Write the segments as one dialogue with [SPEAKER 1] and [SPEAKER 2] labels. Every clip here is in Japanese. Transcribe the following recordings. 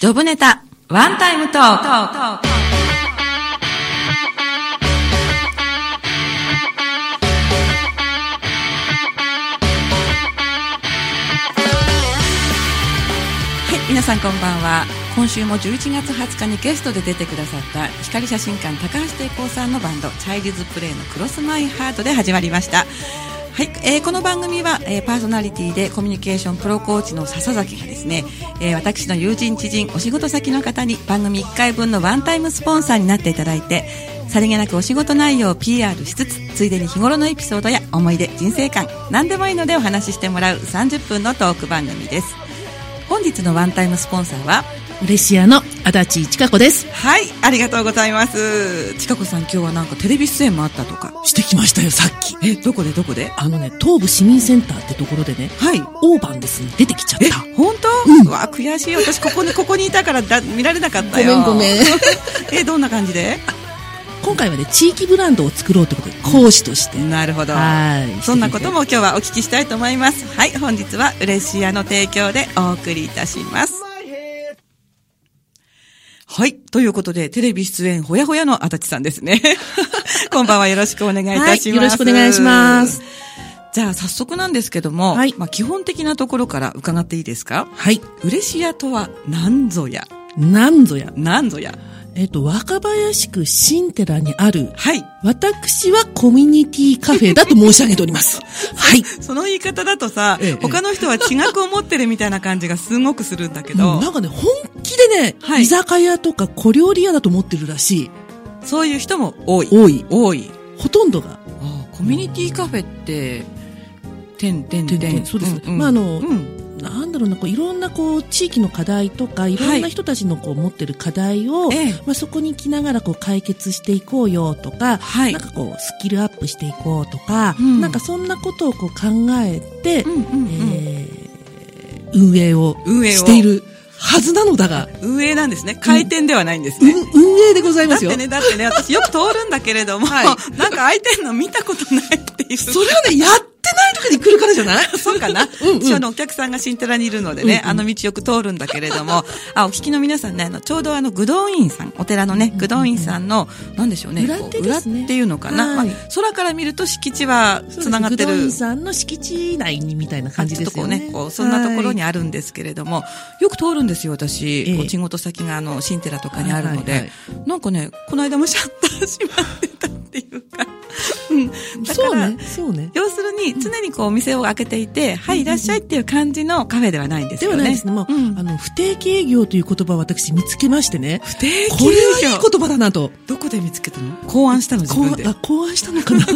[SPEAKER 1] ジョブネタ、ワンタイムトーク。はい、皆さんこんばんは。今週も11月20日にゲストで出てくださった光写真館高橋抵光さんのバンドチャイルズプレイのクロスマイハートで始まりました。はい、えーこの番組は、えーパーソナリティでコミュニケーションプロコーチの笹崎がですね、えー私の友人知人お仕事先の方に番組1回分のワンタイムスポンサーになっていただいてさりげなくお仕事内容を PR しつつついでに日頃のエピソードや思い出人生観何でもいいのでお話ししてもらう30分のトーク番組です本日のワンタイムスポンサーは
[SPEAKER 2] レシアの足立千佳子です。
[SPEAKER 1] はいありがとうございますちかこさん今日はなんかテレビ出演もあったとか
[SPEAKER 2] してきましたよ、さっき。
[SPEAKER 1] えどこでどこで
[SPEAKER 2] あのね、東部市民センターってところでね、
[SPEAKER 1] はい
[SPEAKER 2] オーバンですに出てきちゃっ
[SPEAKER 1] え
[SPEAKER 2] た。
[SPEAKER 1] 本当、うわ悔しい私ここにここにいたからだ見られなかったよ
[SPEAKER 2] ごめんごめん
[SPEAKER 1] えどんな感じで
[SPEAKER 2] 今回はね、地域ブランドを作ろうってことで、講師として。
[SPEAKER 1] なるほど
[SPEAKER 2] はい
[SPEAKER 1] そんなことも今日はお聞きしたいと思いますはい本日は嬉しやの提供でお送りいたしますはい。ということで、テレビ出演ほやほやの足立さんです ね。こんばんは。よろしくお願いいたします。
[SPEAKER 2] はいよろしくお願いします。
[SPEAKER 1] じゃあ、早速なんですけども、
[SPEAKER 2] はい
[SPEAKER 1] まあ、基本的なところから伺っていいですか
[SPEAKER 2] はい。
[SPEAKER 1] 嬉しやとは何ぞや
[SPEAKER 2] なんぞや。
[SPEAKER 1] なんぞや。
[SPEAKER 2] えっと、若林区新寺にある、
[SPEAKER 1] はい。
[SPEAKER 2] 私はコミュニティカフェだと申し上げており ます。はい。
[SPEAKER 1] その言い方だとさ、
[SPEAKER 2] ええ
[SPEAKER 1] 他の人は違く思ってるみたいな感じがすごくするんだけ
[SPEAKER 2] う
[SPEAKER 1] ど
[SPEAKER 2] ん、なんかね、本気でね、
[SPEAKER 1] はい
[SPEAKER 2] 居酒屋とか小料理屋だと思ってるらしい。
[SPEAKER 1] そういう人も多い。
[SPEAKER 2] 多い。
[SPEAKER 1] 多い。
[SPEAKER 2] ほとんどが。
[SPEAKER 1] コミュニティカフェって、てんてんて
[SPEAKER 2] て
[SPEAKER 1] ん。
[SPEAKER 2] んてんそうですね
[SPEAKER 1] んん
[SPEAKER 2] まああの
[SPEAKER 1] うん
[SPEAKER 2] なんだろうな、こういろんなこう地域の課題とか、いろんな人たちのこう持ってる課題を、
[SPEAKER 1] ええ
[SPEAKER 2] まあ、そこに来ながらこう解決していこうよとか、
[SPEAKER 1] はい
[SPEAKER 2] なん。かこうスキルアップしていこうとか、
[SPEAKER 1] うん
[SPEAKER 2] なんかそんなことをこう考えて、
[SPEAKER 1] うんうんうん
[SPEAKER 2] えー運営を
[SPEAKER 1] 運営を
[SPEAKER 2] しているはずなのだが、
[SPEAKER 1] 運営なんですね。回転ではないんです
[SPEAKER 2] うん
[SPEAKER 1] ね。
[SPEAKER 2] 運営でござい
[SPEAKER 1] だ
[SPEAKER 2] ま
[SPEAKER 1] っ
[SPEAKER 2] すよ。
[SPEAKER 1] てね、だってね、私よく通るんだけれども、
[SPEAKER 2] はい
[SPEAKER 1] なんか開いてんの見たことないっていう。
[SPEAKER 2] それはね、やってない時に来るからじゃない
[SPEAKER 1] そうかな。
[SPEAKER 2] うんうん
[SPEAKER 1] 一応のお客さんが新寺にいるのでね、
[SPEAKER 2] うんうん
[SPEAKER 1] あの道よく通るんだけれど も、あ、お聞きの皆さんね、あの、ちょうどあの、愚道院さん、お寺のね、愚道院さんの、なんでしょうね、
[SPEAKER 2] 裏手
[SPEAKER 1] こう
[SPEAKER 2] ですね
[SPEAKER 1] 裏っていうのかな。まあ
[SPEAKER 2] はい
[SPEAKER 1] 空から見ると敷地は繋がって
[SPEAKER 2] そうですグドイ
[SPEAKER 1] る
[SPEAKER 2] ン。さんの敷地内にみたいな
[SPEAKER 1] あ
[SPEAKER 2] 感
[SPEAKER 1] ち
[SPEAKER 2] じ
[SPEAKER 1] ょっ
[SPEAKER 2] で
[SPEAKER 1] と
[SPEAKER 2] す
[SPEAKER 1] こ
[SPEAKER 2] よ
[SPEAKER 1] う
[SPEAKER 2] ね。
[SPEAKER 1] ね、こう、そんなところにあるんですけれども、よく通るんですよ、私。
[SPEAKER 2] ええ
[SPEAKER 1] お仕事先が、あの、新寺とかにあるので、
[SPEAKER 2] はいはい
[SPEAKER 1] なんかね、この間もシャッター閉まってたっていうか、うん。だ
[SPEAKER 2] そ
[SPEAKER 1] か
[SPEAKER 2] う
[SPEAKER 1] ら、
[SPEAKER 2] ね、そうね。
[SPEAKER 1] 要するに常にこうお店を開けていて、はいいらっしゃいっていう感じのカフェではないんです
[SPEAKER 2] で
[SPEAKER 1] よ
[SPEAKER 2] は
[SPEAKER 1] ね。
[SPEAKER 2] ないですね。もう、
[SPEAKER 1] うん
[SPEAKER 2] あの、不定期営業という言葉を私見つけましてね。
[SPEAKER 1] 不定
[SPEAKER 2] これはいい言葉だなと。
[SPEAKER 1] どこで見つけたの考案したの自
[SPEAKER 2] 考
[SPEAKER 1] 分で。
[SPEAKER 2] あ考案した のかな。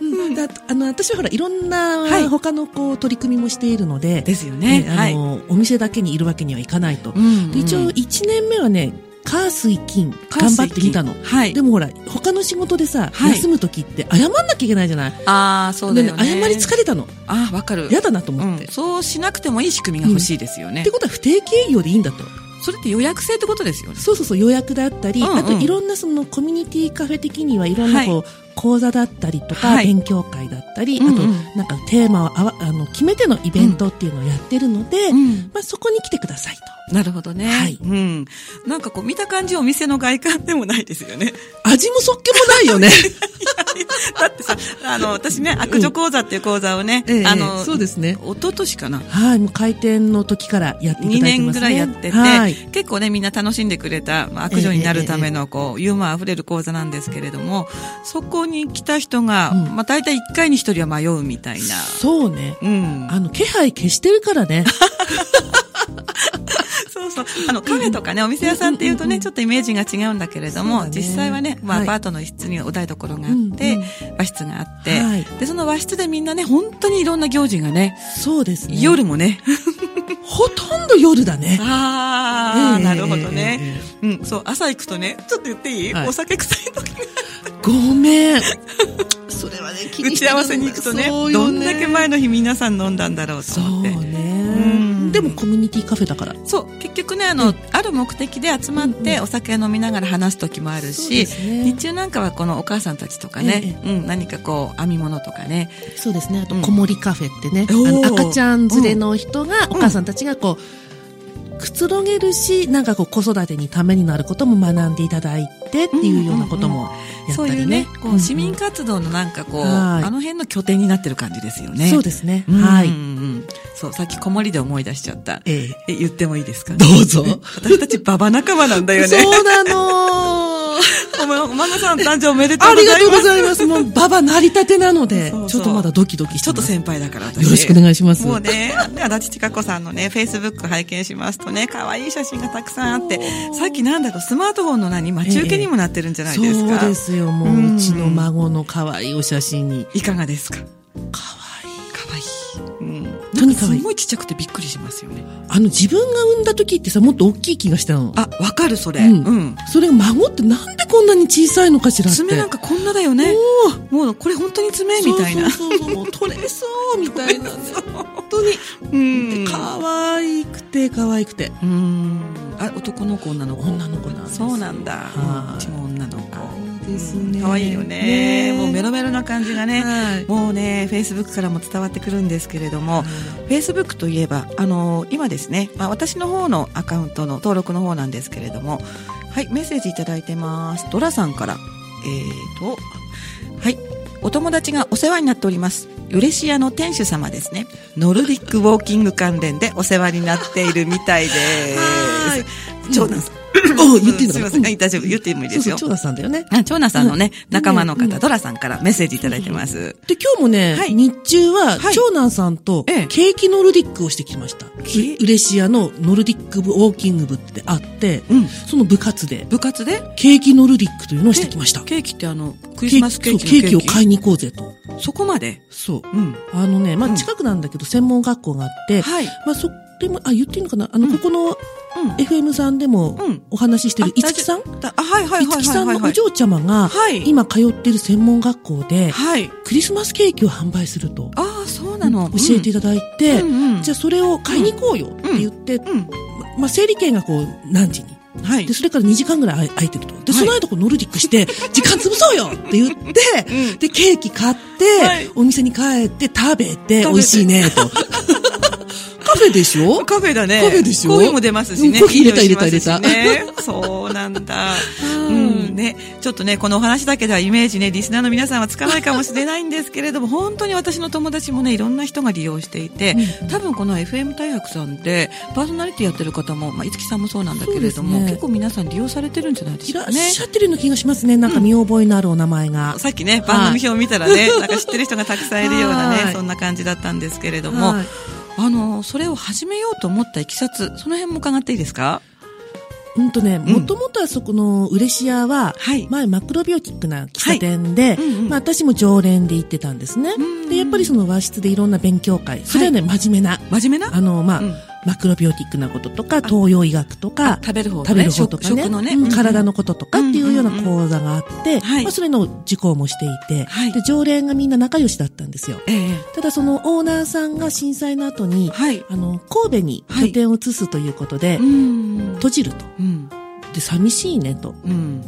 [SPEAKER 2] うん、だあの私はほらいろんな、
[SPEAKER 1] はい
[SPEAKER 2] 他のこう取り組みもしているので
[SPEAKER 1] ですよね。
[SPEAKER 2] ね
[SPEAKER 1] は
[SPEAKER 2] あ
[SPEAKER 1] い。
[SPEAKER 2] のお店だけにいるわけにはいかないと、
[SPEAKER 1] うん
[SPEAKER 2] で一応1年目はね火水金頑張ってみたの
[SPEAKER 1] はい。
[SPEAKER 2] でもほら他の仕事でさ、
[SPEAKER 1] はい
[SPEAKER 2] 休む時って謝んなきゃいけないじゃない
[SPEAKER 1] ああ、そうだよね。
[SPEAKER 2] でね謝り疲れたの
[SPEAKER 1] ああ、わかる。
[SPEAKER 2] 嫌だなと思って、
[SPEAKER 1] うんそうしなくてもいい仕組みが欲しいですよね。
[SPEAKER 2] ってことは不定期営業でいいんだと
[SPEAKER 1] それって予約制ってことですよね。
[SPEAKER 2] そうそうそう予約だったり、
[SPEAKER 1] うんうん
[SPEAKER 2] あといろんなそのコミュニティカフェ的にはいろん
[SPEAKER 1] は
[SPEAKER 2] ないこう、講座だったりとか、
[SPEAKER 1] はい
[SPEAKER 2] 勉強会だったり、
[SPEAKER 1] うんうん
[SPEAKER 2] あとなんかテーマをあわあの決めてのイベントっていうのをやってるので、
[SPEAKER 1] ん。
[SPEAKER 2] まあ、そこに来てくださいと。
[SPEAKER 1] なるほどね。
[SPEAKER 2] はい
[SPEAKER 1] うん。なんかこう見た感じお店の外観でもないですよ ね。
[SPEAKER 2] 味もそっけもな いよね。
[SPEAKER 1] だってさ、あの、私ね、悪女講座っていう講座をね、あの、
[SPEAKER 2] そうですね。
[SPEAKER 1] 一昨年かな。
[SPEAKER 2] はい、もう開店の時からやってい
[SPEAKER 1] 2
[SPEAKER 2] ただいて
[SPEAKER 1] 年
[SPEAKER 2] ますね。
[SPEAKER 1] ぐらいやってて、
[SPEAKER 2] はい。
[SPEAKER 1] 結構ね、みんな楽しんでくれた、まあ、悪女になるための、こう、ユーモア溢れる講座なんですけれども、そこに来た人が、
[SPEAKER 2] うん
[SPEAKER 1] まあ、大体1回に1人は迷うみたいな。
[SPEAKER 2] そうね。
[SPEAKER 1] うん。
[SPEAKER 2] あの、気配消してるか らね。
[SPEAKER 1] そうそう。あの、カフェとかね、お店屋さんっていうと
[SPEAKER 2] うんうん
[SPEAKER 1] ね、
[SPEAKER 2] うん
[SPEAKER 1] ちょっとイメージが違うんだけれども、
[SPEAKER 2] そうだね
[SPEAKER 1] 実際はね、まあ、
[SPEAKER 2] は
[SPEAKER 1] ア
[SPEAKER 2] い
[SPEAKER 1] パートの一室にお台所があ
[SPEAKER 2] うんう
[SPEAKER 1] っ
[SPEAKER 2] ん
[SPEAKER 1] て、和室があって、
[SPEAKER 2] はい
[SPEAKER 1] で、その和室でみんなね、本当にいろんな行事がね、
[SPEAKER 2] そうですね。。
[SPEAKER 1] 夜も ね、
[SPEAKER 2] ほとんど夜だね。
[SPEAKER 1] ああ、
[SPEAKER 2] ええ
[SPEAKER 1] なるほど
[SPEAKER 2] ええ
[SPEAKER 1] ね
[SPEAKER 2] え、
[SPEAKER 1] うん、そう、朝行くとね、ちょっと言っていい、
[SPEAKER 2] はい
[SPEAKER 1] お酒臭い時に
[SPEAKER 2] ごめん。それはね、気
[SPEAKER 1] 打
[SPEAKER 2] にして
[SPEAKER 1] ち
[SPEAKER 2] る
[SPEAKER 1] 合
[SPEAKER 2] んだ
[SPEAKER 1] わせに行くとね
[SPEAKER 2] そうよ
[SPEAKER 1] どんだけ前の日皆さん飲んだんだろうと
[SPEAKER 2] そう
[SPEAKER 1] 思って。ん
[SPEAKER 2] ね。でもコミュニティカフェだから。
[SPEAKER 1] そう結局ねあの、ある目的で集まっ
[SPEAKER 2] うん
[SPEAKER 1] てお酒飲みながら話す時もある
[SPEAKER 2] そう
[SPEAKER 1] し、
[SPEAKER 2] ですね
[SPEAKER 1] 日中なんかはこのお母さんたちとかね、うん、何かこう編み物とかね
[SPEAKER 2] そうですね。あと、
[SPEAKER 1] うん
[SPEAKER 2] 子守カフェってね。
[SPEAKER 1] おー
[SPEAKER 2] あの赤ちゃん連れの人が、お母さんたちがこう、くつろげるしなんかこう子育てにためになることも学んでいただいてっていうようなこともや
[SPEAKER 1] そ
[SPEAKER 2] っ
[SPEAKER 1] う
[SPEAKER 2] た
[SPEAKER 1] いう
[SPEAKER 2] り
[SPEAKER 1] ね
[SPEAKER 2] ね。、
[SPEAKER 1] こう市民活動のなんかこう、
[SPEAKER 2] はい
[SPEAKER 1] あの辺の拠点になってる感じですよね。
[SPEAKER 2] そうですね。
[SPEAKER 1] うん
[SPEAKER 2] は
[SPEAKER 1] う
[SPEAKER 2] い。
[SPEAKER 1] んうんそう、さっき子守で思い出しちゃった。え、
[SPEAKER 2] ええ
[SPEAKER 1] 言ってもいいですか
[SPEAKER 2] どうぞ
[SPEAKER 1] 私たちババ仲間なんだよね。
[SPEAKER 2] そうなの
[SPEAKER 1] おま、おまんがさん誕生おめでとう
[SPEAKER 2] あ
[SPEAKER 1] ござい
[SPEAKER 2] り
[SPEAKER 1] ます。
[SPEAKER 2] がとうございます。もう、ババなりたてなので
[SPEAKER 1] そうそう、
[SPEAKER 2] ちょっとまだドキドキし
[SPEAKER 1] ちょ
[SPEAKER 2] て
[SPEAKER 1] っと
[SPEAKER 2] ます。
[SPEAKER 1] 先輩だから私。
[SPEAKER 2] よろしくお願いします
[SPEAKER 1] もうね、ね足立千佳子さんのね、フェイスブック拝見しますとね、可愛い写真がたくさんあって、さっきなんだろう、スマートフォンの何、待ち受けにもなってるんじゃないですか。
[SPEAKER 2] そうですよ。も
[SPEAKER 1] うん
[SPEAKER 2] う、うちの孫の可愛いお写真に。
[SPEAKER 1] いかがですか
[SPEAKER 2] 可愛い。
[SPEAKER 1] 可愛いうん。
[SPEAKER 2] とにかく
[SPEAKER 1] すごいちっちゃくてびっくりしますよね。
[SPEAKER 2] あの、自分が産んだ時ってさ、もっと大きい気がしたの。
[SPEAKER 1] あ、わかる、それ。う。
[SPEAKER 2] うんんそれが孫ってなんでこんなに小さいのかしらって。
[SPEAKER 1] 爪なんかこんなだよね。もう、これ本当に爪みたいな。
[SPEAKER 2] そうそうそうもう取れそうみた いな。本当に。
[SPEAKER 1] うん
[SPEAKER 2] 可愛くて、可愛くて。
[SPEAKER 1] うん。あ、男の子、女の子。
[SPEAKER 2] 女の子なんです。
[SPEAKER 1] そうなんだ。
[SPEAKER 2] はいう
[SPEAKER 1] ちも女の子。
[SPEAKER 2] いいですね。
[SPEAKER 1] 可愛いよねもうメロメロな感じがね、
[SPEAKER 2] はい
[SPEAKER 1] もうねフェイスブックからも伝わってくるんですけれども、フェイスブックといえばあの今ですね、まあ、私の方のアカウントの登録の方なんですけれどもはいメッセージいただいてますドラさんからえーとはいお友達がお世話になっております嬉し屋の店主様ですねノルディックウォーキング関連でお世話になっているみたいで
[SPEAKER 2] はい
[SPEAKER 1] す長男さん、
[SPEAKER 2] お言っていい
[SPEAKER 1] す
[SPEAKER 2] のか
[SPEAKER 1] い
[SPEAKER 2] な
[SPEAKER 1] ませんはい大丈夫言ってもいいですよ
[SPEAKER 2] そうそう長男さんだよね。
[SPEAKER 1] あ、長男さんのね、仲間の方、
[SPEAKER 2] うん
[SPEAKER 1] ドラさんからメッセージいただいてます。
[SPEAKER 2] で、今日もね、
[SPEAKER 1] はい
[SPEAKER 2] 日中は、
[SPEAKER 1] はい
[SPEAKER 2] 長男さんと、
[SPEAKER 1] ええ
[SPEAKER 2] ケーキノルディックをしてきました。
[SPEAKER 1] ケ
[SPEAKER 2] うレシアのノルディック部ウォーキング部ってあって、
[SPEAKER 1] うん
[SPEAKER 2] その部活で、
[SPEAKER 1] 部活で
[SPEAKER 2] ケーキノルディックというのをしてきました。
[SPEAKER 1] ケーキってあの、クリスマスケーキ
[SPEAKER 2] そうケーキ
[SPEAKER 1] の
[SPEAKER 2] を買いに行こうぜと。
[SPEAKER 1] そこまで。
[SPEAKER 2] そう。
[SPEAKER 1] うん。
[SPEAKER 2] あのね、ま
[SPEAKER 1] うん
[SPEAKER 2] あ、近くなんだけど、専門学校があって、
[SPEAKER 1] はい。
[SPEAKER 2] まあ、それも、あ、言っていいのかなあの、
[SPEAKER 1] うん
[SPEAKER 2] ここの
[SPEAKER 1] うん。
[SPEAKER 2] FM さんでも
[SPEAKER 1] うん、
[SPEAKER 2] お話ししてる、いつきさんい
[SPEAKER 1] あ、はいはいはいはいはい。
[SPEAKER 2] つきさんのお嬢ちゃまが、
[SPEAKER 1] はい。
[SPEAKER 2] 今通ってる専門学校で、
[SPEAKER 1] はい。
[SPEAKER 2] クリスマスケーキを販売すると、
[SPEAKER 1] ああ、そうなの。
[SPEAKER 2] 教えていただいて、
[SPEAKER 1] うんうん
[SPEAKER 2] じゃあそれを買いに行こうよって言って、
[SPEAKER 1] うん。
[SPEAKER 2] まあ、整理券がこう、何時に。
[SPEAKER 1] うん。はい
[SPEAKER 2] で、。それから2時間ぐらい空いてると。で、
[SPEAKER 1] はい
[SPEAKER 2] その間こうノルディッ クして、時間潰そうよって言って、
[SPEAKER 1] うん
[SPEAKER 2] で、ケーキ買って、
[SPEAKER 1] はい
[SPEAKER 2] お店に帰って食べて、
[SPEAKER 1] て
[SPEAKER 2] 美味しいね、と。 カフェでしょ
[SPEAKER 1] カフェだね。
[SPEAKER 2] カフェでしょ
[SPEAKER 1] コーヒーも出ますしね。
[SPEAKER 2] うんコーヒー入れた
[SPEAKER 1] いい匂いしますし
[SPEAKER 2] 入れた
[SPEAKER 1] ね。 そうなんだ。う
[SPEAKER 2] う
[SPEAKER 1] ん。ね。ちょっとね、このお話だけではイメージね、リスナーの皆さんはつかないかもしれないんですけれども、本当に私の友達もね、いろんな人が利用していて、多分この FM 大白さんで、パーソナリティやってる方も、まあ、いつきさんもそうなんだけれども、
[SPEAKER 2] そうですね
[SPEAKER 1] 結構皆さん利用されてるんじゃないで
[SPEAKER 2] い
[SPEAKER 1] す
[SPEAKER 2] ら
[SPEAKER 1] か
[SPEAKER 2] っ
[SPEAKER 1] ね。
[SPEAKER 2] しゃってるような気がしますね。なんか見覚えのあるお名前が。
[SPEAKER 1] さっきね、番組表を見たら ね、なんか知ってる人がたくさんいるような
[SPEAKER 2] は
[SPEAKER 1] ね、
[SPEAKER 2] い
[SPEAKER 1] そんな感じだったんですけれども、
[SPEAKER 2] はい
[SPEAKER 1] あの、それを始めようと思ったいきさつ、その辺も伺っていいですか
[SPEAKER 2] うんとね、もともとはそこのウレシアは、
[SPEAKER 1] はい
[SPEAKER 2] 前マクロビオティックな喫茶店で、
[SPEAKER 1] いうんうん
[SPEAKER 2] まあ私も常連で行ってたんですね
[SPEAKER 1] うん。
[SPEAKER 2] で、やっぱりその和室でいろんな勉強会、それはね、真面目な、
[SPEAKER 1] 真面目な
[SPEAKER 2] あの、まあ、
[SPEAKER 1] うん
[SPEAKER 2] マクロビオティックなこととか、東洋医学とか、
[SPEAKER 1] 食べる方
[SPEAKER 2] 食
[SPEAKER 1] と
[SPEAKER 2] べ
[SPEAKER 1] ね、
[SPEAKER 2] る方とか
[SPEAKER 1] 食
[SPEAKER 2] ね、
[SPEAKER 1] 食のね、
[SPEAKER 2] うん
[SPEAKER 1] うん
[SPEAKER 2] 体のこととかっていうような講座があって、
[SPEAKER 1] はい
[SPEAKER 2] まあ、それの受講もしていて、
[SPEAKER 1] はい
[SPEAKER 2] で、常連がみんな仲良しだったんですよ。
[SPEAKER 1] ええ
[SPEAKER 2] ただそのオーナーさんが震災の後に、
[SPEAKER 1] はい。
[SPEAKER 2] あの、神戸に拠点を移すということで、
[SPEAKER 1] ん
[SPEAKER 2] 閉じると。
[SPEAKER 1] うん。
[SPEAKER 2] で、寂しいねと。
[SPEAKER 1] うん。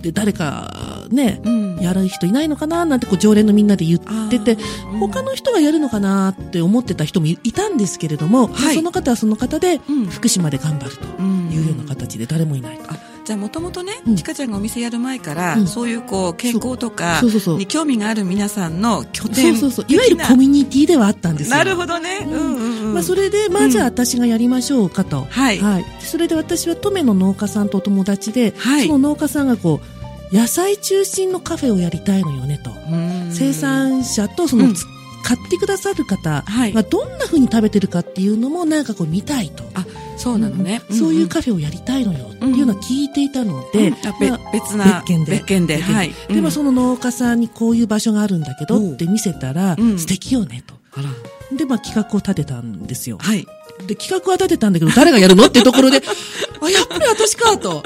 [SPEAKER 2] で、誰かね、
[SPEAKER 1] うん
[SPEAKER 2] やる人いないのかななんてこう常連のみんなで言ってて
[SPEAKER 1] あーうん、
[SPEAKER 2] 他の人がやるのかなって思ってた人もいたんですけれども、
[SPEAKER 1] はい
[SPEAKER 2] その方はその方で
[SPEAKER 1] うん
[SPEAKER 2] 福島で頑張ると
[SPEAKER 1] ん
[SPEAKER 2] いうような形で誰もいないと。
[SPEAKER 1] あじゃあもともとね
[SPEAKER 2] う、ん
[SPEAKER 1] ちかちゃんがお店やる前から、
[SPEAKER 2] うん
[SPEAKER 1] そういうこう、健康とか
[SPEAKER 2] そうそうそう
[SPEAKER 1] に興味がある皆さんの拠
[SPEAKER 2] そ
[SPEAKER 1] 点
[SPEAKER 2] うそうそう。いわゆる
[SPEAKER 1] 的な
[SPEAKER 2] コミュニティではあったんですよ。
[SPEAKER 1] なるほどね。うんうんうん。
[SPEAKER 2] まあそれで、まあじゃあ私がやりましょうかと。
[SPEAKER 1] はい
[SPEAKER 2] それで私は登米の農家さんとお友達で、
[SPEAKER 1] はい
[SPEAKER 2] その農家さんがこう、野菜中心のカフェをやりたいのよねと。
[SPEAKER 1] うん
[SPEAKER 2] 生産者とその、
[SPEAKER 1] うん
[SPEAKER 2] つ買ってくださる方
[SPEAKER 1] はい
[SPEAKER 2] がどんな風に食べてるかっていうのもなんかこう見たいと。
[SPEAKER 1] あ、そうなのね。
[SPEAKER 2] うんそういうんカフェをやりたいのよっていうのは聞いていたので、
[SPEAKER 1] うんあべ
[SPEAKER 2] まあ
[SPEAKER 1] 別な
[SPEAKER 2] 別件で
[SPEAKER 1] 別件ではい
[SPEAKER 2] で
[SPEAKER 1] うん
[SPEAKER 2] まあその農家さんにこういう場所があるんだけ
[SPEAKER 1] おう
[SPEAKER 2] どって見せたら、
[SPEAKER 1] うん
[SPEAKER 2] 素敵よねと。
[SPEAKER 1] あら。
[SPEAKER 2] で、まあ企画を立てたんですよ。
[SPEAKER 1] はい。
[SPEAKER 2] で、企画は立てたんだけど、誰がやるのっていうとこ ろで、あ、やっぱり私かと。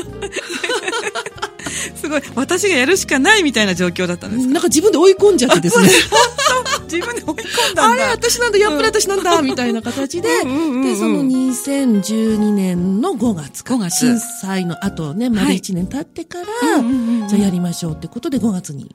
[SPEAKER 1] すごい。私がやるしかないみたいな状況だったんです
[SPEAKER 2] なんか自分で追い込んじゃってですね。
[SPEAKER 1] 自分で追い込んだ
[SPEAKER 2] あ
[SPEAKER 1] ん
[SPEAKER 2] れ、
[SPEAKER 1] だ。
[SPEAKER 2] 私なんだ、やっぱり私なんだ、みたいな形で、
[SPEAKER 1] うんうんうんうん
[SPEAKER 2] で、その2012年の5月か
[SPEAKER 1] 5月
[SPEAKER 2] 震災の後ね、
[SPEAKER 1] は
[SPEAKER 2] 丸
[SPEAKER 1] い
[SPEAKER 2] 1年経ってから、
[SPEAKER 1] うんうんうん
[SPEAKER 2] じゃあやりましょうってことで5月に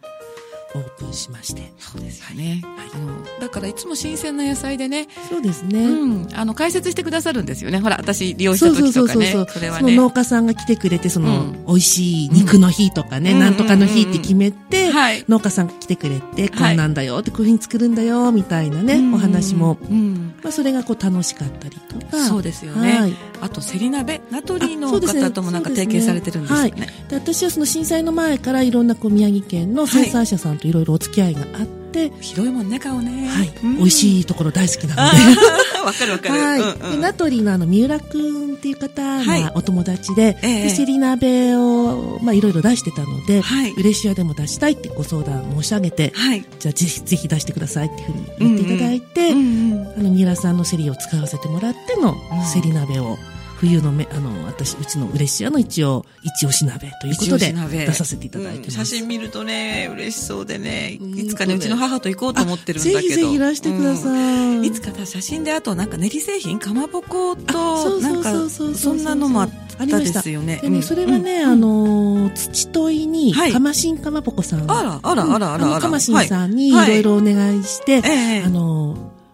[SPEAKER 2] オープンしまして。
[SPEAKER 1] そうですよね。はい、あの、だからいつも新鮮な野菜でね。
[SPEAKER 2] そうですね。
[SPEAKER 1] うん。あの、解説してくださるんですよね。ほら、私利用した時とかね。
[SPEAKER 2] そうそうそうそう
[SPEAKER 1] それは
[SPEAKER 2] その
[SPEAKER 1] ね。
[SPEAKER 2] 農家さんが来てくれて、その、美味しい肉の日とかね、なんとかの日って決めて、
[SPEAKER 1] はい。
[SPEAKER 2] 農家さんが来てくれて、こ
[SPEAKER 1] はい
[SPEAKER 2] んなんだよって、こういうふうに作るんだよ、みたいなね、お話も。
[SPEAKER 1] うん。
[SPEAKER 2] まあ、それがこう楽しかったりとか。
[SPEAKER 1] そうですよね。
[SPEAKER 2] はい
[SPEAKER 1] あと、セリ鍋、ナトリ
[SPEAKER 2] あ
[SPEAKER 1] の
[SPEAKER 2] そうですね
[SPEAKER 1] 方ともなんか提携されてるんですよね。
[SPEAKER 2] そうでで私はその震災の前からいろんなこう宮城県の生産者さんといろいろお付き合いがあって、
[SPEAKER 1] 広いもんね、顔ね。
[SPEAKER 2] はい
[SPEAKER 1] うん
[SPEAKER 2] 美味しいところ大好きな
[SPEAKER 1] あ
[SPEAKER 2] ので。
[SPEAKER 1] ー わかるわかる。
[SPEAKER 2] はい、
[SPEAKER 1] うん
[SPEAKER 2] で
[SPEAKER 1] うん
[SPEAKER 2] 名取のあの三浦くんっていう方
[SPEAKER 1] はい
[SPEAKER 2] がお友達で、
[SPEAKER 1] ええ
[SPEAKER 2] でセリ鍋をまあいろいろ出してたので、
[SPEAKER 1] はい
[SPEAKER 2] 嬉し屋でも出したいってご相談申し上げて、
[SPEAKER 1] はい。
[SPEAKER 2] じゃあぜひぜひ出してくださいっていうふうに言っていただいて、
[SPEAKER 1] うんうん
[SPEAKER 2] あの三浦さんのセリを使わせてもらって
[SPEAKER 1] う
[SPEAKER 2] の
[SPEAKER 1] ん
[SPEAKER 2] セリ鍋を。冬のめ、あの、私、うちの嬉し屋の一応、一押し鍋ということ
[SPEAKER 1] 一
[SPEAKER 2] で、
[SPEAKER 1] 押し鍋
[SPEAKER 2] 出させていただいてます。
[SPEAKER 1] うん写真見るとね、嬉しそうでね、
[SPEAKER 2] うん
[SPEAKER 1] いつかね、う
[SPEAKER 2] 本当
[SPEAKER 1] ち
[SPEAKER 2] ね
[SPEAKER 1] の母と行こうと思ってるんだけど。
[SPEAKER 2] ぜひぜひいらしてくださ
[SPEAKER 1] うん
[SPEAKER 2] い。
[SPEAKER 1] いつかさ、写真であとなんか練り製品、かまぼこ
[SPEAKER 2] あそ
[SPEAKER 1] と、
[SPEAKER 2] うそ
[SPEAKER 1] な
[SPEAKER 2] うん
[SPEAKER 1] か
[SPEAKER 2] そうそうそう、
[SPEAKER 1] そんなのもあっ
[SPEAKER 2] あり
[SPEAKER 1] た
[SPEAKER 2] ま
[SPEAKER 1] で
[SPEAKER 2] した
[SPEAKER 1] すよね。
[SPEAKER 2] でね、
[SPEAKER 1] うん
[SPEAKER 2] それはね、
[SPEAKER 1] うん
[SPEAKER 2] あのー、土問いに、
[SPEAKER 1] はい
[SPEAKER 2] かましんかまぼこさん。
[SPEAKER 1] あら、あら、あら、あ
[SPEAKER 2] う
[SPEAKER 1] ら、
[SPEAKER 2] んの
[SPEAKER 1] あら。
[SPEAKER 2] かましん
[SPEAKER 1] はい。
[SPEAKER 2] さんにい
[SPEAKER 1] は
[SPEAKER 2] ろいろお願いし
[SPEAKER 1] え
[SPEAKER 2] て、
[SPEAKER 1] え
[SPEAKER 2] あの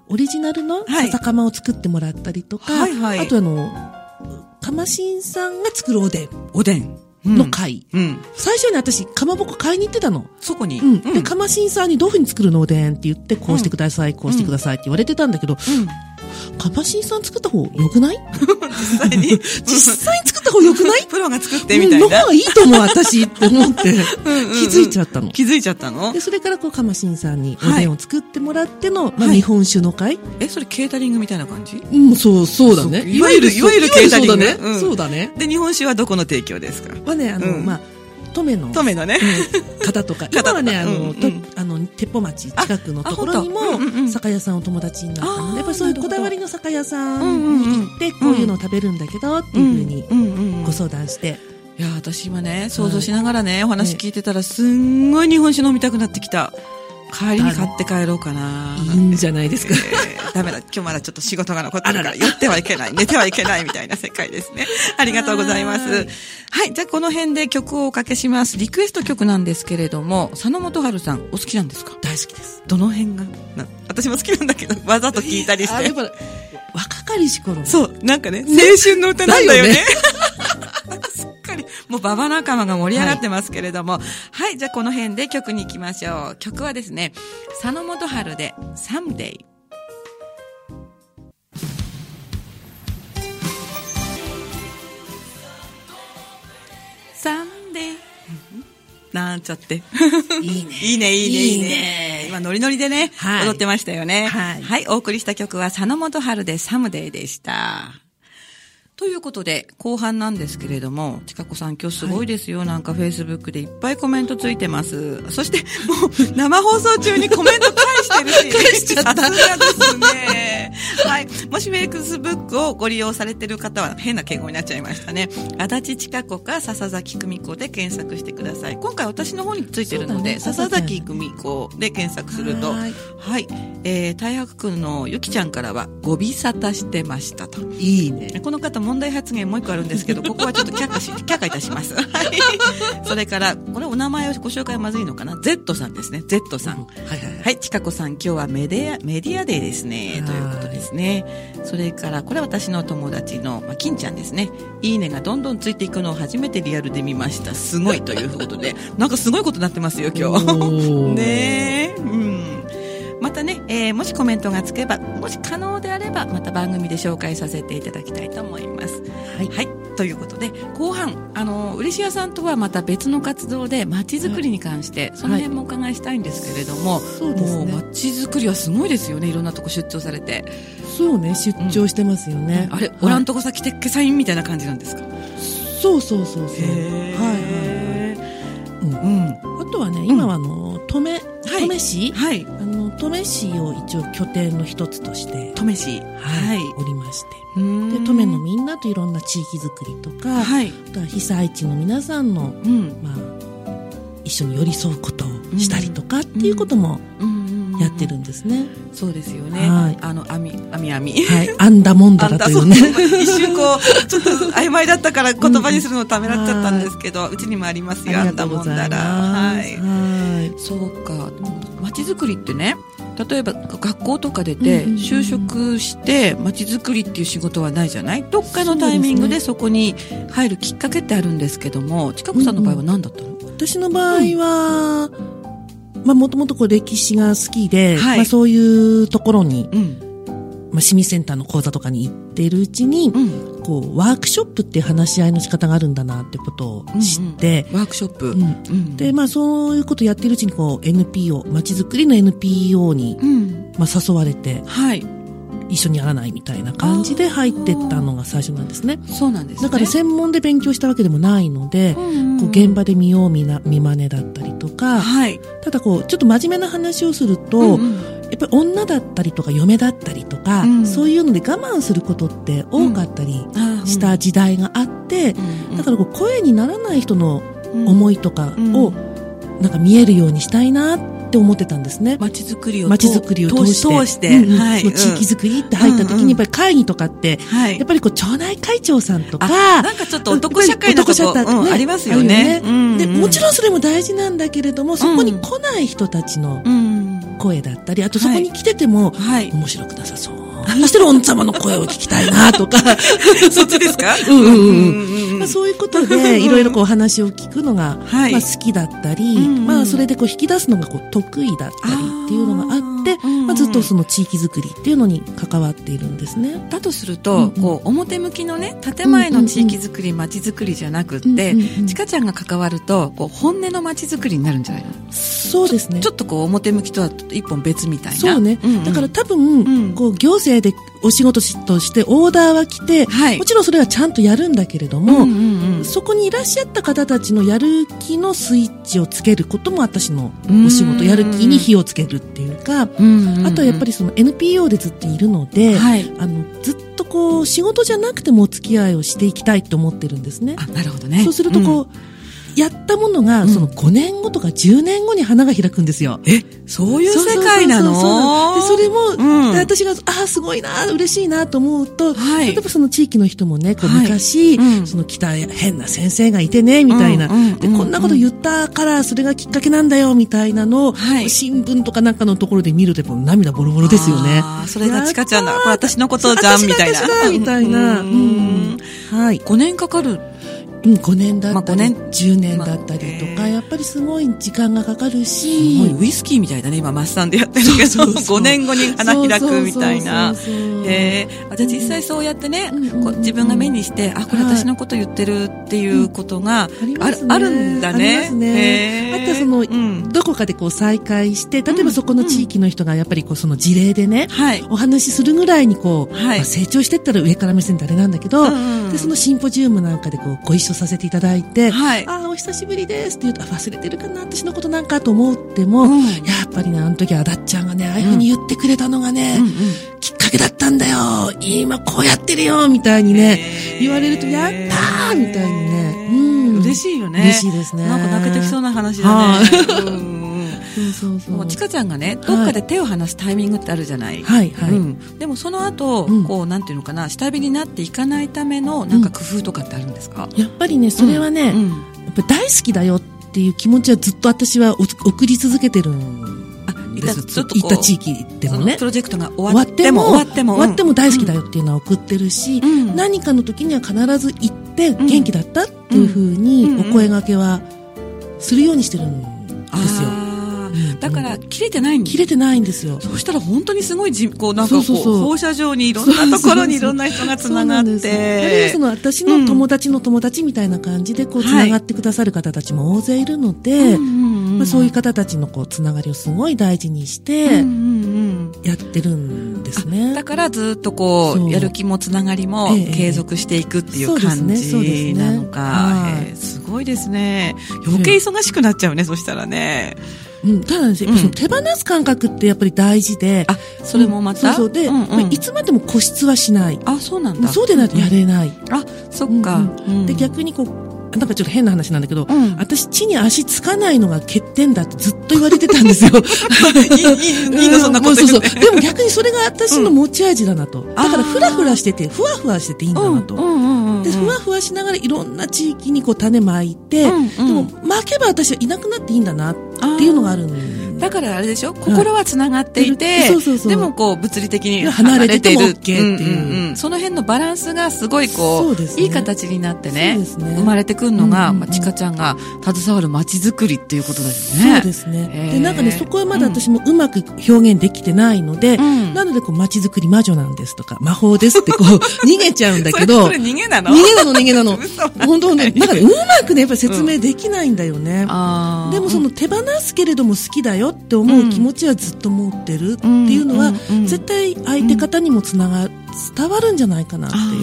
[SPEAKER 2] ー、オリジナルの
[SPEAKER 1] はい
[SPEAKER 2] 笹かまを作ってもらったりとか、
[SPEAKER 1] はいはい
[SPEAKER 2] あとあの、かましんさんが作るおでん
[SPEAKER 1] おでん。うん
[SPEAKER 2] の会。
[SPEAKER 1] うん。
[SPEAKER 2] 最初に私、かまぼこ買いに行ってたの。
[SPEAKER 1] そこに。
[SPEAKER 2] うん。で、かましんさんにどういうふうに作るのおでんって言って、こうしてください、こうしてくださいって言われてたんだけど、
[SPEAKER 1] うん
[SPEAKER 2] かましんさん作った方良くない
[SPEAKER 1] 実際に。
[SPEAKER 2] 実際に作った方良くない
[SPEAKER 1] プロが作ってみたい
[SPEAKER 2] うんの
[SPEAKER 1] な
[SPEAKER 2] 方。がいいと思う、私って思って、
[SPEAKER 1] うんうん
[SPEAKER 2] 気づいちゃったの。
[SPEAKER 1] 気づいちゃったの
[SPEAKER 2] で、それからこう、かましんさんに
[SPEAKER 1] はい
[SPEAKER 2] おでんを作ってもらっての、まあ、
[SPEAKER 1] はい
[SPEAKER 2] 日本酒の会、
[SPEAKER 1] え、それケータリングみたいな感じ
[SPEAKER 2] うん、そう、そう
[SPEAKER 1] だね
[SPEAKER 2] いわゆる、
[SPEAKER 1] いわゆるケータリング
[SPEAKER 2] いわゆるそうだね。
[SPEAKER 1] うん
[SPEAKER 2] そうだね。
[SPEAKER 1] で、日本酒はどこの提供ですか
[SPEAKER 2] はね、あの、
[SPEAKER 1] うん
[SPEAKER 2] まあ、登米の
[SPEAKER 1] トメのね。
[SPEAKER 2] 方と か、
[SPEAKER 1] 方とか
[SPEAKER 2] 今はね、あ
[SPEAKER 1] うんう
[SPEAKER 2] の、
[SPEAKER 1] ん
[SPEAKER 2] とあの、鉄砲町近くのところにも
[SPEAKER 1] ああ本当うんうんうん、
[SPEAKER 2] 酒屋さんお友達になったの
[SPEAKER 1] あー
[SPEAKER 2] で、やっぱりそういう
[SPEAKER 1] なる
[SPEAKER 2] こ
[SPEAKER 1] ほど
[SPEAKER 2] だわりの酒屋さ
[SPEAKER 1] うん
[SPEAKER 2] ん
[SPEAKER 1] うん
[SPEAKER 2] に
[SPEAKER 1] うん
[SPEAKER 2] 行って、こういうのを食べるんだけど、っていうふうに
[SPEAKER 1] う、んうんうん
[SPEAKER 2] ご相談して、
[SPEAKER 1] いや、私今ね、想像しながらね、お話聞いてたら、すんごい日本酒飲みたくなってきた。帰りに買って帰ろうかな。
[SPEAKER 2] いいんじゃないですか。
[SPEAKER 1] えーダメだ、今日まだちょっと仕事が残ってるから、寄ってはいけない、寝てはいけないみたいな世界ですね。ありがとうございます。は,、
[SPEAKER 2] はい
[SPEAKER 1] じゃあこの辺で曲をおかけします。リクエスト曲なんですけれども、佐野元春さん、お好きなんですか
[SPEAKER 2] 大好きです。
[SPEAKER 1] どの辺がな私も好きなんだけど、わざと聞いたりし。
[SPEAKER 2] あやってぱ若かりし頃の
[SPEAKER 1] そう、なんかね、青春の歌なんだよね。
[SPEAKER 2] だよ
[SPEAKER 1] すっかり、もうババ仲間が盛り上がってますけれども。はい、じゃあこの辺で曲に行きましょう。曲はですね、佐野元春で、サムデイ。サムデイ。 なんちゃって。
[SPEAKER 2] いいね。
[SPEAKER 1] いいね、いいね、い
[SPEAKER 2] い
[SPEAKER 1] い
[SPEAKER 2] い
[SPEAKER 1] ね。
[SPEAKER 2] ね
[SPEAKER 1] 今、ノリノリでね、
[SPEAKER 2] はい
[SPEAKER 1] 踊ってましたよね。
[SPEAKER 2] はい
[SPEAKER 1] お送りした曲は、佐野元春でサムデイでした。ということで、後半なんですけれども、ちかこさん今日すごいですよ。なんかフェイスブックでいっぱいコメントついてます。そして、もう生放送中にコメント返してるし。
[SPEAKER 2] 返しちゃった
[SPEAKER 1] さすがですね。はい。もしフェイスブックをご利用されてる方は、変な敬語になっちゃいましたね。足立ちかこか笹崎久美子で検索してください。今回私の方についてるので、
[SPEAKER 2] そうだ
[SPEAKER 1] 笹
[SPEAKER 2] ね
[SPEAKER 1] 崎久美子で検索すると、
[SPEAKER 2] は
[SPEAKER 1] は
[SPEAKER 2] ー
[SPEAKER 1] い
[SPEAKER 2] い。
[SPEAKER 1] えー、大白くんのゆきちゃんからは、ごび沙汰してましたと。
[SPEAKER 2] いいね。
[SPEAKER 1] この方問題発言もう一個あるんですけど、 ここはちょっと却下し、却下いたします。はい。それから、これお名前をご紹介まずいのかな ?Z さんですね。Z さん。
[SPEAKER 2] はいはいはい。
[SPEAKER 1] はい、ちかこさん、今日はメディア、メディアデーですね、
[SPEAKER 2] はい
[SPEAKER 1] ということですね。それから、これは私の友達の、まあ、金ちゃんですね。いいねがどんどんついていくのを初めてリアルで見ました。すごいということで、なんかすごいことになってますよ、今日。
[SPEAKER 2] 日
[SPEAKER 1] ねえ、うん。またね、えーもしコメントがつけば、もし可能であれば、また番組で紹介させていただきたいと思います。
[SPEAKER 2] はい
[SPEAKER 1] はい。ということで、後半、あの、嬉し屋さんとはまた別の活動で、街づくりに関して、その辺もお伺いしたいんですけれども、
[SPEAKER 2] そうですね
[SPEAKER 1] もう街づくりはすごいですよね。いろんなとこ出張されて。
[SPEAKER 2] そうね、出張してますよね。
[SPEAKER 1] あれ、
[SPEAKER 2] はい
[SPEAKER 1] オランとこ先鉄家サインみたいな感じなんですか
[SPEAKER 2] そうそうそうそう。
[SPEAKER 1] い
[SPEAKER 2] はいはいはい。
[SPEAKER 1] うん。
[SPEAKER 2] うんあとはね、今はあの、登米、登米市
[SPEAKER 1] はい。
[SPEAKER 2] あの、登米市を一応拠点の一つとして、
[SPEAKER 1] 登米市。はい。
[SPEAKER 2] おりまして。で、
[SPEAKER 1] で
[SPEAKER 2] 登米のみんなといろんな地域づくりとか、
[SPEAKER 1] はい。
[SPEAKER 2] あとは被災地の皆さんの、
[SPEAKER 1] うん。
[SPEAKER 2] まあ、一緒に寄り添うことをしたりとかっていうことも
[SPEAKER 1] うんうんうん
[SPEAKER 2] やってるんですね。
[SPEAKER 1] そうですよね。
[SPEAKER 2] はい
[SPEAKER 1] あの、網、網網。
[SPEAKER 2] はい。アンダモンダ
[SPEAKER 1] あん
[SPEAKER 2] ラ
[SPEAKER 1] た
[SPEAKER 2] とい
[SPEAKER 1] そううそう
[SPEAKER 2] ね。
[SPEAKER 1] 一瞬こう、ちょっと曖昧だったから言葉にするのをためらっちゃったんですけど、うちにもあります
[SPEAKER 2] あり
[SPEAKER 1] よ、あ
[SPEAKER 2] が
[SPEAKER 1] ん
[SPEAKER 2] と
[SPEAKER 1] た
[SPEAKER 2] うご
[SPEAKER 1] もん
[SPEAKER 2] ざ
[SPEAKER 1] だ
[SPEAKER 2] い
[SPEAKER 1] ら。
[SPEAKER 2] ま
[SPEAKER 1] は
[SPEAKER 2] す。
[SPEAKER 1] い。
[SPEAKER 2] はい。
[SPEAKER 1] そうか。街づくりってね、例えば学校とか出て、
[SPEAKER 2] うんうんうん
[SPEAKER 1] 就職して街づくりっていう仕事はないじゃないどっかのタイミングでそこに入るきっかけってあるんですけども、近くさんの場合は何だったの、
[SPEAKER 2] 私の場合は、まあもともとこう歴史が好きで、
[SPEAKER 1] はい
[SPEAKER 2] まあそういうところに、
[SPEAKER 1] うん。
[SPEAKER 2] まあ市民センターの講座とかに行ってるうちに、
[SPEAKER 1] うん。
[SPEAKER 2] こうワークショップっていう話し合いの仕方があるんだなってことを知って、
[SPEAKER 1] ワークショップ。
[SPEAKER 2] うん
[SPEAKER 1] うん
[SPEAKER 2] で、まあそういうことやってるうちにこう NPO、街づくりの NPO に、
[SPEAKER 1] うん。
[SPEAKER 2] まあ誘われて
[SPEAKER 1] はい。
[SPEAKER 2] 一緒にやらないみたいな感じで入ってったのが最初なんですね。
[SPEAKER 1] そうなんですね。
[SPEAKER 2] だから専門で勉強したわけでもないので、こう現
[SPEAKER 1] 場
[SPEAKER 2] 場で見よう見な、見真似だったりとか、
[SPEAKER 1] はい。
[SPEAKER 2] ただこう、ちょっと真面目な話をすると、
[SPEAKER 1] うんうん
[SPEAKER 2] やっぱり女だったりとか嫁だったりとか、
[SPEAKER 1] うん
[SPEAKER 2] そういうので我慢することって多かったり
[SPEAKER 1] あー
[SPEAKER 2] した時代があって、だからこう声にならない人の思いとかを、なんか見えるようにしたいなって思ってたんですね。
[SPEAKER 1] 街づくりを
[SPEAKER 2] 街づくりを通して。
[SPEAKER 1] 通して
[SPEAKER 2] うんうん
[SPEAKER 1] はい
[SPEAKER 2] その地域づくりって入った時
[SPEAKER 1] うんうん
[SPEAKER 2] に、やっぱり会議とかって、
[SPEAKER 1] はい
[SPEAKER 2] やっぱりこう町内会長さんとか、
[SPEAKER 1] なんかちょっと男社会のとこ、
[SPEAKER 2] 男社会
[SPEAKER 1] うん
[SPEAKER 2] ね
[SPEAKER 1] ありますよね。
[SPEAKER 2] あるで、もち
[SPEAKER 1] ん、
[SPEAKER 2] ろんそれも大事なんだけれども、そこに来ない人たちの
[SPEAKER 1] うん、
[SPEAKER 2] 声だったり、あとそこに来てても、
[SPEAKER 1] はい。
[SPEAKER 2] 面白くなさそう。何してるおん様の声を聞きたいなとか、
[SPEAKER 1] そっちですか
[SPEAKER 2] うんうんうん
[SPEAKER 1] んうん
[SPEAKER 2] まあ そういうこと
[SPEAKER 1] うん
[SPEAKER 2] で、いろいろこうお話を聞くのが、
[SPEAKER 1] はい
[SPEAKER 2] まあ好きだったり、
[SPEAKER 1] うんうん
[SPEAKER 2] まあそれでこう引き出すのがこう得意だったりっていうのがあって、
[SPEAKER 1] あーうんうん
[SPEAKER 2] まあずっとその地域づくりっていうのに関わっているんですね。
[SPEAKER 1] だとすると、
[SPEAKER 2] うんうん
[SPEAKER 1] こう、表向きのね、建前の地域づくり、街づくりじゃなくって、
[SPEAKER 2] うんうんうん
[SPEAKER 1] ちかちゃんが関わると、こう、本音の街づくりになるんじゃないの
[SPEAKER 2] そうですね。
[SPEAKER 1] ちょっとこう、表向きとは一本別みたいな。
[SPEAKER 2] そうね。
[SPEAKER 1] んん
[SPEAKER 2] だから、多
[SPEAKER 1] うん
[SPEAKER 2] 分、こう行政でお仕事としてオーダーは来て、
[SPEAKER 1] はい
[SPEAKER 2] もちろんそれはちゃんとやるんだけれど
[SPEAKER 1] うん
[SPEAKER 2] も、
[SPEAKER 1] うんうん
[SPEAKER 2] そこにいらっしゃった方たちのやる気のスイッチをつけることも私のお仕
[SPEAKER 1] うん
[SPEAKER 2] 事、やる気に火をつけるっていうか、
[SPEAKER 1] うんうん。
[SPEAKER 2] あとはやっぱりその NPO でずっといるので、
[SPEAKER 1] はい。
[SPEAKER 2] あの、ずっとこう、仕事じゃなくてもお付き合いをしていきたいと思ってるんですね。
[SPEAKER 1] あ、なるほどね。
[SPEAKER 2] そうするとこう、やったものが、その5年後とか10年後に花が開くんですよ。
[SPEAKER 1] え、そういう世界なの
[SPEAKER 2] そうそうそうで、それも、
[SPEAKER 1] うん
[SPEAKER 2] で私が、ああ、すごいな、嬉しいなと思うと、
[SPEAKER 1] はい
[SPEAKER 2] 例えばその地域の人もね、こう
[SPEAKER 1] はい
[SPEAKER 2] 昔、
[SPEAKER 1] うん
[SPEAKER 2] その北へ変な先生がいてね、みたいな、
[SPEAKER 1] うんうん
[SPEAKER 2] で、
[SPEAKER 1] うん
[SPEAKER 2] こんなこと言ったから、それがきっかけなんだよ、みたいなのを、
[SPEAKER 1] はい
[SPEAKER 2] 新聞とかなんかのところで見ると、もう涙ボロボロですよね。
[SPEAKER 1] あーそれがちかちゃんだ。これ私のことじゃん、みたいな。
[SPEAKER 2] 私が私がみたいな。
[SPEAKER 1] う
[SPEAKER 2] うんんはい。
[SPEAKER 1] 5年かかる。
[SPEAKER 2] うん、5年だったり、
[SPEAKER 1] まあ五
[SPEAKER 2] 10年だったりと
[SPEAKER 1] まあ
[SPEAKER 2] か、やっぱりすごい時間がかかる
[SPEAKER 1] すご
[SPEAKER 2] し、
[SPEAKER 1] いウイスキーみたいだね、今、マッサンでやってるけ
[SPEAKER 2] そ
[SPEAKER 1] ど、
[SPEAKER 2] うそうそう
[SPEAKER 1] 5年後に花開くみたいな。
[SPEAKER 2] そうそうそうそ
[SPEAKER 1] へ
[SPEAKER 2] う
[SPEAKER 1] えあじゃあ実際そうやってね、
[SPEAKER 2] うんうんうん
[SPEAKER 1] こう自分が目にして、あ、これ私のこと言ってるっていうことが
[SPEAKER 2] あり
[SPEAKER 1] あ
[SPEAKER 2] ま
[SPEAKER 1] る,、
[SPEAKER 2] すね
[SPEAKER 1] あるんだね。
[SPEAKER 2] ありますね
[SPEAKER 1] へえ
[SPEAKER 2] あとはその
[SPEAKER 1] うん
[SPEAKER 2] どこかでこう再会して、例え
[SPEAKER 1] うん
[SPEAKER 2] ばそこの地域の人がやっぱりこうその事例でね、
[SPEAKER 1] はい。
[SPEAKER 2] お話しするぐらいにこう、
[SPEAKER 1] はい
[SPEAKER 2] まあ成長してったら上から目線であれなんだけど、
[SPEAKER 1] うんうん
[SPEAKER 2] で、そのシンポジウムなんかでこうご一緒させていただいて、
[SPEAKER 1] はい。
[SPEAKER 2] ああ、お久しぶりですって言うと、あ忘れてるかな、私のことなんかと思っても、
[SPEAKER 1] うん
[SPEAKER 2] やっぱりね、あの時あだっちゃんがね、ああいうふうに言ってくれたのがね、
[SPEAKER 1] うんうん
[SPEAKER 2] きっかけだったんだよ今こうやってるよみたいにね、
[SPEAKER 1] へえ
[SPEAKER 2] 言われると、やったーみたいにね、うん。
[SPEAKER 1] 嬉
[SPEAKER 2] い
[SPEAKER 1] しいよね。
[SPEAKER 2] 嬉しいですね。
[SPEAKER 1] なんか泣けてきそう
[SPEAKER 2] な。
[SPEAKER 1] な話だね。うんうん
[SPEAKER 2] そうそう
[SPEAKER 1] う
[SPEAKER 2] そ
[SPEAKER 1] ん
[SPEAKER 2] う。
[SPEAKER 1] もうちかちゃんがね、どっかで手を離すタイミングってあるじゃない。
[SPEAKER 2] はいはい。
[SPEAKER 1] うん、でもその後、
[SPEAKER 2] うん
[SPEAKER 1] こうなんていうのかな下火になっていかないためのなんか工夫とかってあるんですか、
[SPEAKER 2] やっぱりね、それはね、
[SPEAKER 1] うん
[SPEAKER 2] やっぱ大好きだよっていう気持ちはずっと私はお送り続けてるん
[SPEAKER 1] あい
[SPEAKER 2] で
[SPEAKER 1] た
[SPEAKER 2] す。
[SPEAKER 1] ちょっとこ
[SPEAKER 2] 行
[SPEAKER 1] う
[SPEAKER 2] った地域でも
[SPEAKER 1] その
[SPEAKER 2] ね
[SPEAKER 1] プ。ロジェクトが終わっても
[SPEAKER 2] 終わ
[SPEAKER 1] っても
[SPEAKER 2] 終わって
[SPEAKER 1] も
[SPEAKER 2] も大好きだよっていうのは送ってるし、
[SPEAKER 1] うん
[SPEAKER 2] 何かの時には必ず行って、
[SPEAKER 1] ん
[SPEAKER 2] 元気だったっていうふうに
[SPEAKER 1] うんうん
[SPEAKER 2] お声掛けはするようにしてるんですよ。
[SPEAKER 1] あ
[SPEAKER 2] うんう
[SPEAKER 1] ー
[SPEAKER 2] ん
[SPEAKER 1] だから切れてないん
[SPEAKER 2] 切れてないんですよ。
[SPEAKER 1] そうしたら本当にすごいじこうなんかこう
[SPEAKER 2] そうそうそう
[SPEAKER 1] 放射状にいろん なところにいろんな人がつながっ
[SPEAKER 2] そうなんですあるいは
[SPEAKER 1] て
[SPEAKER 2] その私の友達の友達みたいな感じでこう
[SPEAKER 1] は
[SPEAKER 2] つ
[SPEAKER 1] い
[SPEAKER 2] ながってくださる方たちも大勢いるので、まあ、そういう方たちのこうつながりをすごい大事にしてやってるんですね。
[SPEAKER 1] だからずっとこ、
[SPEAKER 2] そうう
[SPEAKER 1] やる気もつながりも
[SPEAKER 2] ええええ
[SPEAKER 1] 継続していくっていう
[SPEAKER 2] そう
[SPEAKER 1] 感
[SPEAKER 2] ですねそうです
[SPEAKER 1] じ
[SPEAKER 2] ね
[SPEAKER 1] なのか
[SPEAKER 2] はい。
[SPEAKER 1] ええすごいですね。余計忙しくなっちゃうね、そしたらね。
[SPEAKER 2] うん、ただですね、
[SPEAKER 1] うん
[SPEAKER 2] その手放す感覚ってやっぱり大事で、
[SPEAKER 1] あ、それもまた。
[SPEAKER 2] そうそうで、
[SPEAKER 1] んん
[SPEAKER 2] まあいつまでも固執はしない。
[SPEAKER 1] あ、そうなんだ。
[SPEAKER 2] そうでないとやれない。
[SPEAKER 1] あ、そっか
[SPEAKER 2] うん。うんで、逆にこう、なんかちょっと変な話なんだけど、
[SPEAKER 1] うん
[SPEAKER 2] 私、地に足つかないのが欠点だってずっと言われてたんですよ。
[SPEAKER 1] いいいいのそんなこと
[SPEAKER 2] う
[SPEAKER 1] 言っ
[SPEAKER 2] そう
[SPEAKER 1] て
[SPEAKER 2] そう。でも逆にそれが私の持ち味だなと。だか
[SPEAKER 1] あー
[SPEAKER 2] ら、ふらふらしてて、ふわふわしてていいんだなと。で、ふわふわしながらいろんな地域にこう種まいて、
[SPEAKER 1] うんうん
[SPEAKER 2] でも巻けば私はいなくなっていいんだなっていうのがあるん
[SPEAKER 1] だからあれでしょ心はつながっていて、
[SPEAKER 2] うんそうそうそう
[SPEAKER 1] でもこう物理的に
[SPEAKER 2] 離
[SPEAKER 1] 離れ
[SPEAKER 2] れ
[SPEAKER 1] て
[SPEAKER 2] て
[SPEAKER 1] い
[SPEAKER 2] て
[SPEAKER 1] る
[SPEAKER 2] も OK っていう
[SPEAKER 1] うんうんうんその辺のバランスがすごい
[SPEAKER 2] そ
[SPEAKER 1] こう
[SPEAKER 2] うですね
[SPEAKER 1] いい形になってね
[SPEAKER 2] そうですね
[SPEAKER 1] 生まれてくるのが、
[SPEAKER 2] うんうんう
[SPEAKER 1] ま
[SPEAKER 2] ん
[SPEAKER 1] あ、ちかちゃんが携わる街づくりっていうことだよね
[SPEAKER 2] そうですね。
[SPEAKER 1] えー
[SPEAKER 2] で、なんかね、そこはまだ私もうまく表現できてないので、
[SPEAKER 1] うん
[SPEAKER 2] なので、こう、街づくり魔女なんですとか、魔法ですってこう、 逃げちゃうんだけ
[SPEAKER 1] そ
[SPEAKER 2] ど、
[SPEAKER 1] れそれ
[SPEAKER 2] 逃
[SPEAKER 1] 逃げなの
[SPEAKER 2] げなの逃げ なの。
[SPEAKER 1] 嘘
[SPEAKER 2] 本当本当なんかね、うまくね、やっぱ説明できないんだよね。
[SPEAKER 1] あー
[SPEAKER 2] でもその手放すけれども好きだよって思う気持ちはずっと持ってるっていうのは、
[SPEAKER 1] うんうんうん
[SPEAKER 2] 絶対相手方にもつなが、伝わるんじゃないかなって
[SPEAKER 1] あ
[SPEAKER 2] いう。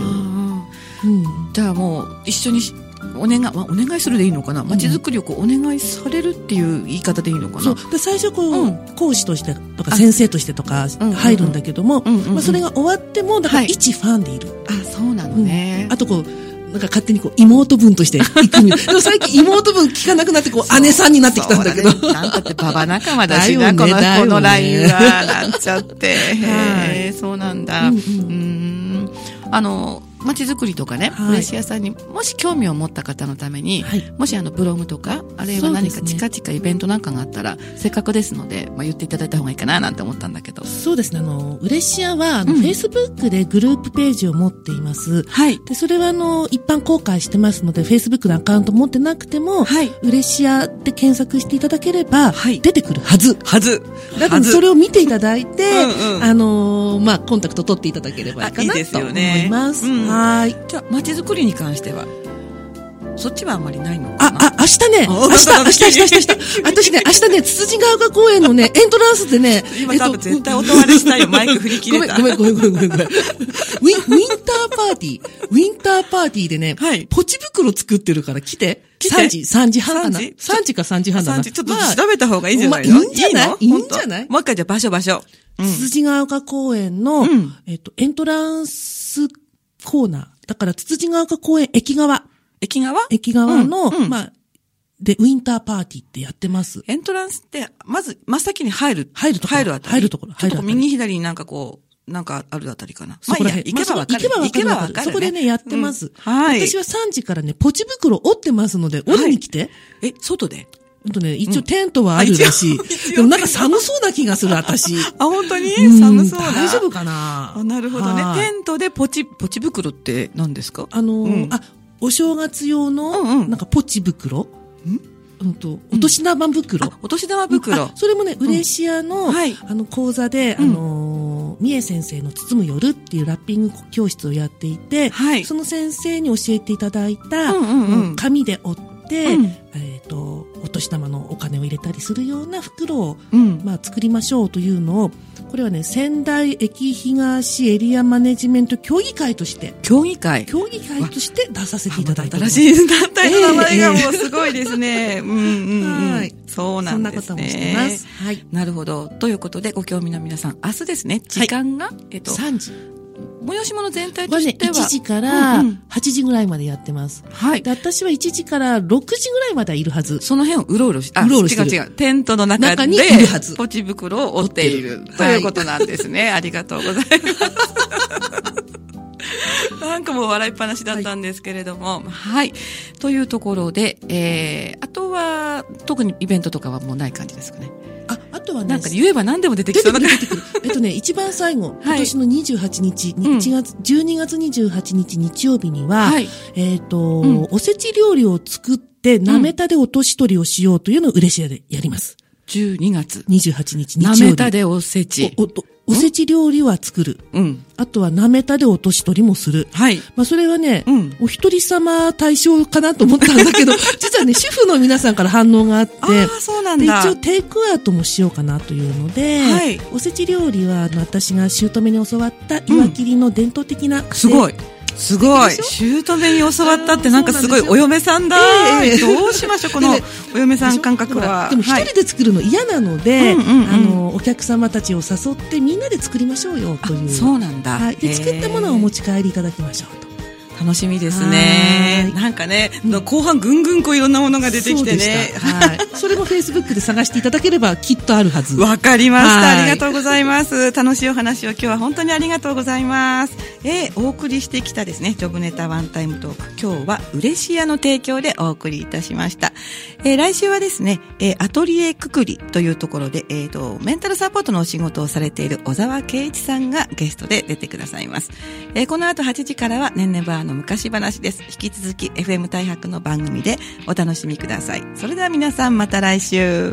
[SPEAKER 1] ー
[SPEAKER 2] うん
[SPEAKER 1] じゃあもう一緒にしお願い、まあお願いするでいいのかな街づくりをこうお願いされるっていう言い方でいいのかな
[SPEAKER 2] そうで最初こう、
[SPEAKER 1] うん
[SPEAKER 2] 講師としてとか
[SPEAKER 1] あ
[SPEAKER 2] 先生としてとか
[SPEAKER 1] うんうんうん
[SPEAKER 2] 入るんだけども、
[SPEAKER 1] うんうんうん
[SPEAKER 2] まあ、それが終わってもだから
[SPEAKER 1] はい
[SPEAKER 2] 一ファンでいる、
[SPEAKER 1] あそうなのね、
[SPEAKER 2] あとこうなんか勝手にこう妹分として行 くみでも最近妹分聞かなくなってこう姉さんになってきたんだけど
[SPEAKER 1] そうねなんだってババ仲間だし
[SPEAKER 2] だ
[SPEAKER 1] な、こ
[SPEAKER 2] よね
[SPEAKER 1] の、
[SPEAKER 2] だよ
[SPEAKER 1] こ
[SPEAKER 2] ね
[SPEAKER 1] のラインは、なんちゃって。
[SPEAKER 2] はい
[SPEAKER 1] へえ、そうなんだ。う
[SPEAKER 2] うんうん
[SPEAKER 1] んあの、街づくりとかね、
[SPEAKER 2] はい
[SPEAKER 1] フレシアさんにもし興味を持った方のために、
[SPEAKER 2] はい
[SPEAKER 1] もしあのブログとか、あるいは何か
[SPEAKER 2] そうですね
[SPEAKER 1] 近々イベントなんかがあったら、せっかくですので、まあ、言っていただいた方がいいかななんて思ったんだけど。
[SPEAKER 2] そうですねあのウレシアはあの、
[SPEAKER 1] うん
[SPEAKER 2] Facebook でグループページを持っています
[SPEAKER 1] はい。
[SPEAKER 2] でそれはあの一般公開してますので Facebook のアカウント持ってなくても、
[SPEAKER 1] はい。
[SPEAKER 2] ウレシアって検索していただければ、
[SPEAKER 1] はい
[SPEAKER 2] 出てくるはず
[SPEAKER 1] はず。
[SPEAKER 2] だからそれを見ていただいて、
[SPEAKER 1] うんうん
[SPEAKER 2] あのーまあ、コンタクト取っていただければいいかな
[SPEAKER 1] あいいです
[SPEAKER 2] と思
[SPEAKER 1] よね
[SPEAKER 2] います。
[SPEAKER 1] うん
[SPEAKER 2] はーい。
[SPEAKER 1] じゃあ、街づくりに関しては、そっちはあんまりないのかな
[SPEAKER 2] あ、あ、明日ね、
[SPEAKER 1] あ
[SPEAKER 2] 明日、明日、明日、明日、私ね、明日ね、つつじが丘公園の ね、エントランスでね、
[SPEAKER 1] 今多分絶対音割れ したよマイク振り切れた
[SPEAKER 2] ごめん、ごめん、ごめん、ごめん、ごめん。ウィン、ウィンターパーティー、ウィンターパーティーでね、
[SPEAKER 1] はい
[SPEAKER 2] ポチ袋作ってるから来て、
[SPEAKER 1] 来て
[SPEAKER 2] 3時、3時半かな。
[SPEAKER 1] 3時
[SPEAKER 2] 3, 時か3時半だな。
[SPEAKER 1] 産地ちょっと
[SPEAKER 2] まあ
[SPEAKER 1] 調べた方がいいんじゃないの、
[SPEAKER 2] まあいいんじゃない
[SPEAKER 1] の
[SPEAKER 2] いいんじゃない
[SPEAKER 1] 本当もう一回じゃあ場所場所。うん
[SPEAKER 2] 辻ヶ丘公園の、
[SPEAKER 1] うん
[SPEAKER 2] えっと、エントランスコーナー。だから、辻ヶ丘公園駅側。
[SPEAKER 1] 駅側
[SPEAKER 2] 駅側の、
[SPEAKER 1] うんうん
[SPEAKER 2] まあ、で、ウィンターパーティーってやってます。
[SPEAKER 1] エントランスって、まず、真っ先に入る。
[SPEAKER 2] 入るところ
[SPEAKER 1] 入るあたり。
[SPEAKER 2] 入るところ
[SPEAKER 1] ちょっと
[SPEAKER 2] 入るあたり
[SPEAKER 1] 右左になんかこう、なんかあるあたりかな。
[SPEAKER 2] そこら辺。
[SPEAKER 1] まあいいや行けばわかる。
[SPEAKER 2] まあそこ行けばわかる。そこでね、やってます。
[SPEAKER 1] うんはい。
[SPEAKER 2] 私は3時からね、ポチ袋折ってますので、折りに来て。
[SPEAKER 1] え、外で
[SPEAKER 2] うんとね、一応テントはあるらしい。
[SPEAKER 1] あ一応
[SPEAKER 2] でもなんか寒そうな気がする、私。
[SPEAKER 1] あ、本当に
[SPEAKER 2] う ん
[SPEAKER 1] 寒そうな。
[SPEAKER 2] 大丈夫かな
[SPEAKER 1] あなるほどね。
[SPEAKER 2] はい
[SPEAKER 1] テントでポチ、ポチ袋って何ですか
[SPEAKER 2] あのー
[SPEAKER 1] うん
[SPEAKER 2] あ、お正月用の、
[SPEAKER 1] うんうん
[SPEAKER 2] なんかポチ袋。うんと、お年玉袋。
[SPEAKER 1] お年玉袋。
[SPEAKER 2] あそれもね、ウレシアの、
[SPEAKER 1] うんはい
[SPEAKER 2] あの、講座で、
[SPEAKER 1] うん
[SPEAKER 2] あのー、三重先生の包む夜っていうラッピング教室をやっていて、
[SPEAKER 1] はい
[SPEAKER 2] その先生に教えていただいた、
[SPEAKER 1] うんうんうん
[SPEAKER 2] うん紙で折って、
[SPEAKER 1] うん
[SPEAKER 2] えっ、と、お年玉のお金を入れたりするような袋を、
[SPEAKER 1] うん。
[SPEAKER 2] まあ、作りましょうというのを、これはね、仙台駅東エリアマネジメント協議会として、
[SPEAKER 1] 競技会。
[SPEAKER 2] 協議会として出させていただいておりま
[SPEAKER 1] 新
[SPEAKER 2] す
[SPEAKER 1] しい団体の名前がもうすごいです ね。うんうん、うん、
[SPEAKER 2] はい
[SPEAKER 1] そうな
[SPEAKER 2] そん
[SPEAKER 1] ん
[SPEAKER 2] な
[SPEAKER 1] で
[SPEAKER 2] こと
[SPEAKER 1] す
[SPEAKER 2] も
[SPEAKER 1] ね。
[SPEAKER 2] してます。はい。
[SPEAKER 1] なるほど。ということで、ご興味の皆さん、明日ですね、時間が、えっと、
[SPEAKER 2] 3時。
[SPEAKER 1] 催し物全体と
[SPEAKER 2] は
[SPEAKER 1] し
[SPEAKER 2] ね、
[SPEAKER 1] ては、
[SPEAKER 2] 1時か
[SPEAKER 1] う
[SPEAKER 2] ら
[SPEAKER 1] んうん
[SPEAKER 2] 8時ぐらいまでやってます。
[SPEAKER 1] はい
[SPEAKER 2] で、。私は1時から6時ぐらいまではいるはず。
[SPEAKER 1] その辺をうろうろし、あ、
[SPEAKER 2] うろうろしてる
[SPEAKER 1] 違う違う。テントの中
[SPEAKER 2] 中
[SPEAKER 1] で
[SPEAKER 2] にいるは、ず
[SPEAKER 1] ポチ袋を折っている
[SPEAKER 2] 折ってる
[SPEAKER 1] ということなんです ね。 ありがとうございます。なんかもう笑いっぱなしだったんですけれども、はい。というところで、えー、あとは、特にイベントとかはもうない感じですかね。
[SPEAKER 2] あ、あとはね、
[SPEAKER 1] なんか 言えば何でも出てきそうな感じ。
[SPEAKER 2] えっとね、一番最後、今年の28日、
[SPEAKER 1] うん
[SPEAKER 2] 1月、12月28日日曜日には、
[SPEAKER 1] はい
[SPEAKER 2] えっ、と、
[SPEAKER 1] ん
[SPEAKER 2] おせち料理を作って、なめたで落とし取りをしようというのを嬉しいでやります。
[SPEAKER 1] 12月。
[SPEAKER 2] 28日日曜
[SPEAKER 1] な
[SPEAKER 2] 日。
[SPEAKER 1] めたでおせち。
[SPEAKER 2] おおとおせち料理は作る。
[SPEAKER 1] うん。
[SPEAKER 2] あとはなめたで落とし取りもする。
[SPEAKER 1] はい。
[SPEAKER 2] まあ、それはね、
[SPEAKER 1] うん
[SPEAKER 2] お一人様対象かなと思ったんだけ ど、実はね、主婦の皆さんから反応があって、
[SPEAKER 1] ああ、そうなん
[SPEAKER 2] で
[SPEAKER 1] だ。
[SPEAKER 2] 一応テイクアウトもしようかなというので、
[SPEAKER 1] はい
[SPEAKER 2] おせち料理はあの私が姑に教わった岩切りの伝統的な、
[SPEAKER 1] すご
[SPEAKER 2] い
[SPEAKER 1] い。すごい。
[SPEAKER 2] でしょ
[SPEAKER 1] 姑に教わったってなんかすごい
[SPEAKER 2] あー
[SPEAKER 1] お
[SPEAKER 2] そう
[SPEAKER 1] 嫁さんだ。
[SPEAKER 2] ええ
[SPEAKER 1] どうしましょう、この
[SPEAKER 2] でね
[SPEAKER 1] お嫁さん感覚は。
[SPEAKER 2] でも一
[SPEAKER 1] はい
[SPEAKER 2] 人で作るの嫌なので、
[SPEAKER 1] うんうんうん
[SPEAKER 2] あのお客様たちを誘ってみんなで作りましょうよという
[SPEAKER 1] あそうなんだ。
[SPEAKER 2] は
[SPEAKER 1] へ
[SPEAKER 2] い、で
[SPEAKER 1] え
[SPEAKER 2] 作ったものをお持ち帰りいただきましょうと
[SPEAKER 1] 楽しみですね。なんかね、後半ぐんぐんこういろんなものが出てきてね。
[SPEAKER 2] はい。それもフェイスブックで探していただければきっとあるはず。
[SPEAKER 1] わかりました。ありがとうございます。楽しいお話を今日は本当にありがとうございます。えー、お送りしてきたですね、ジョブネタワンタイムトーク。今日は嬉し屋の提供でお送りいたしました。えー、来週はですね、えー、アトリエくくりというところで、えっ、ー、と、メンタルサポートのお仕事をされている小沢圭一さんがゲストで出てくださいます。えー、この後8時からはねんねバーの昔話です。引き続き FM 大白の番組でお楽しみください。それでは皆さんまた来週。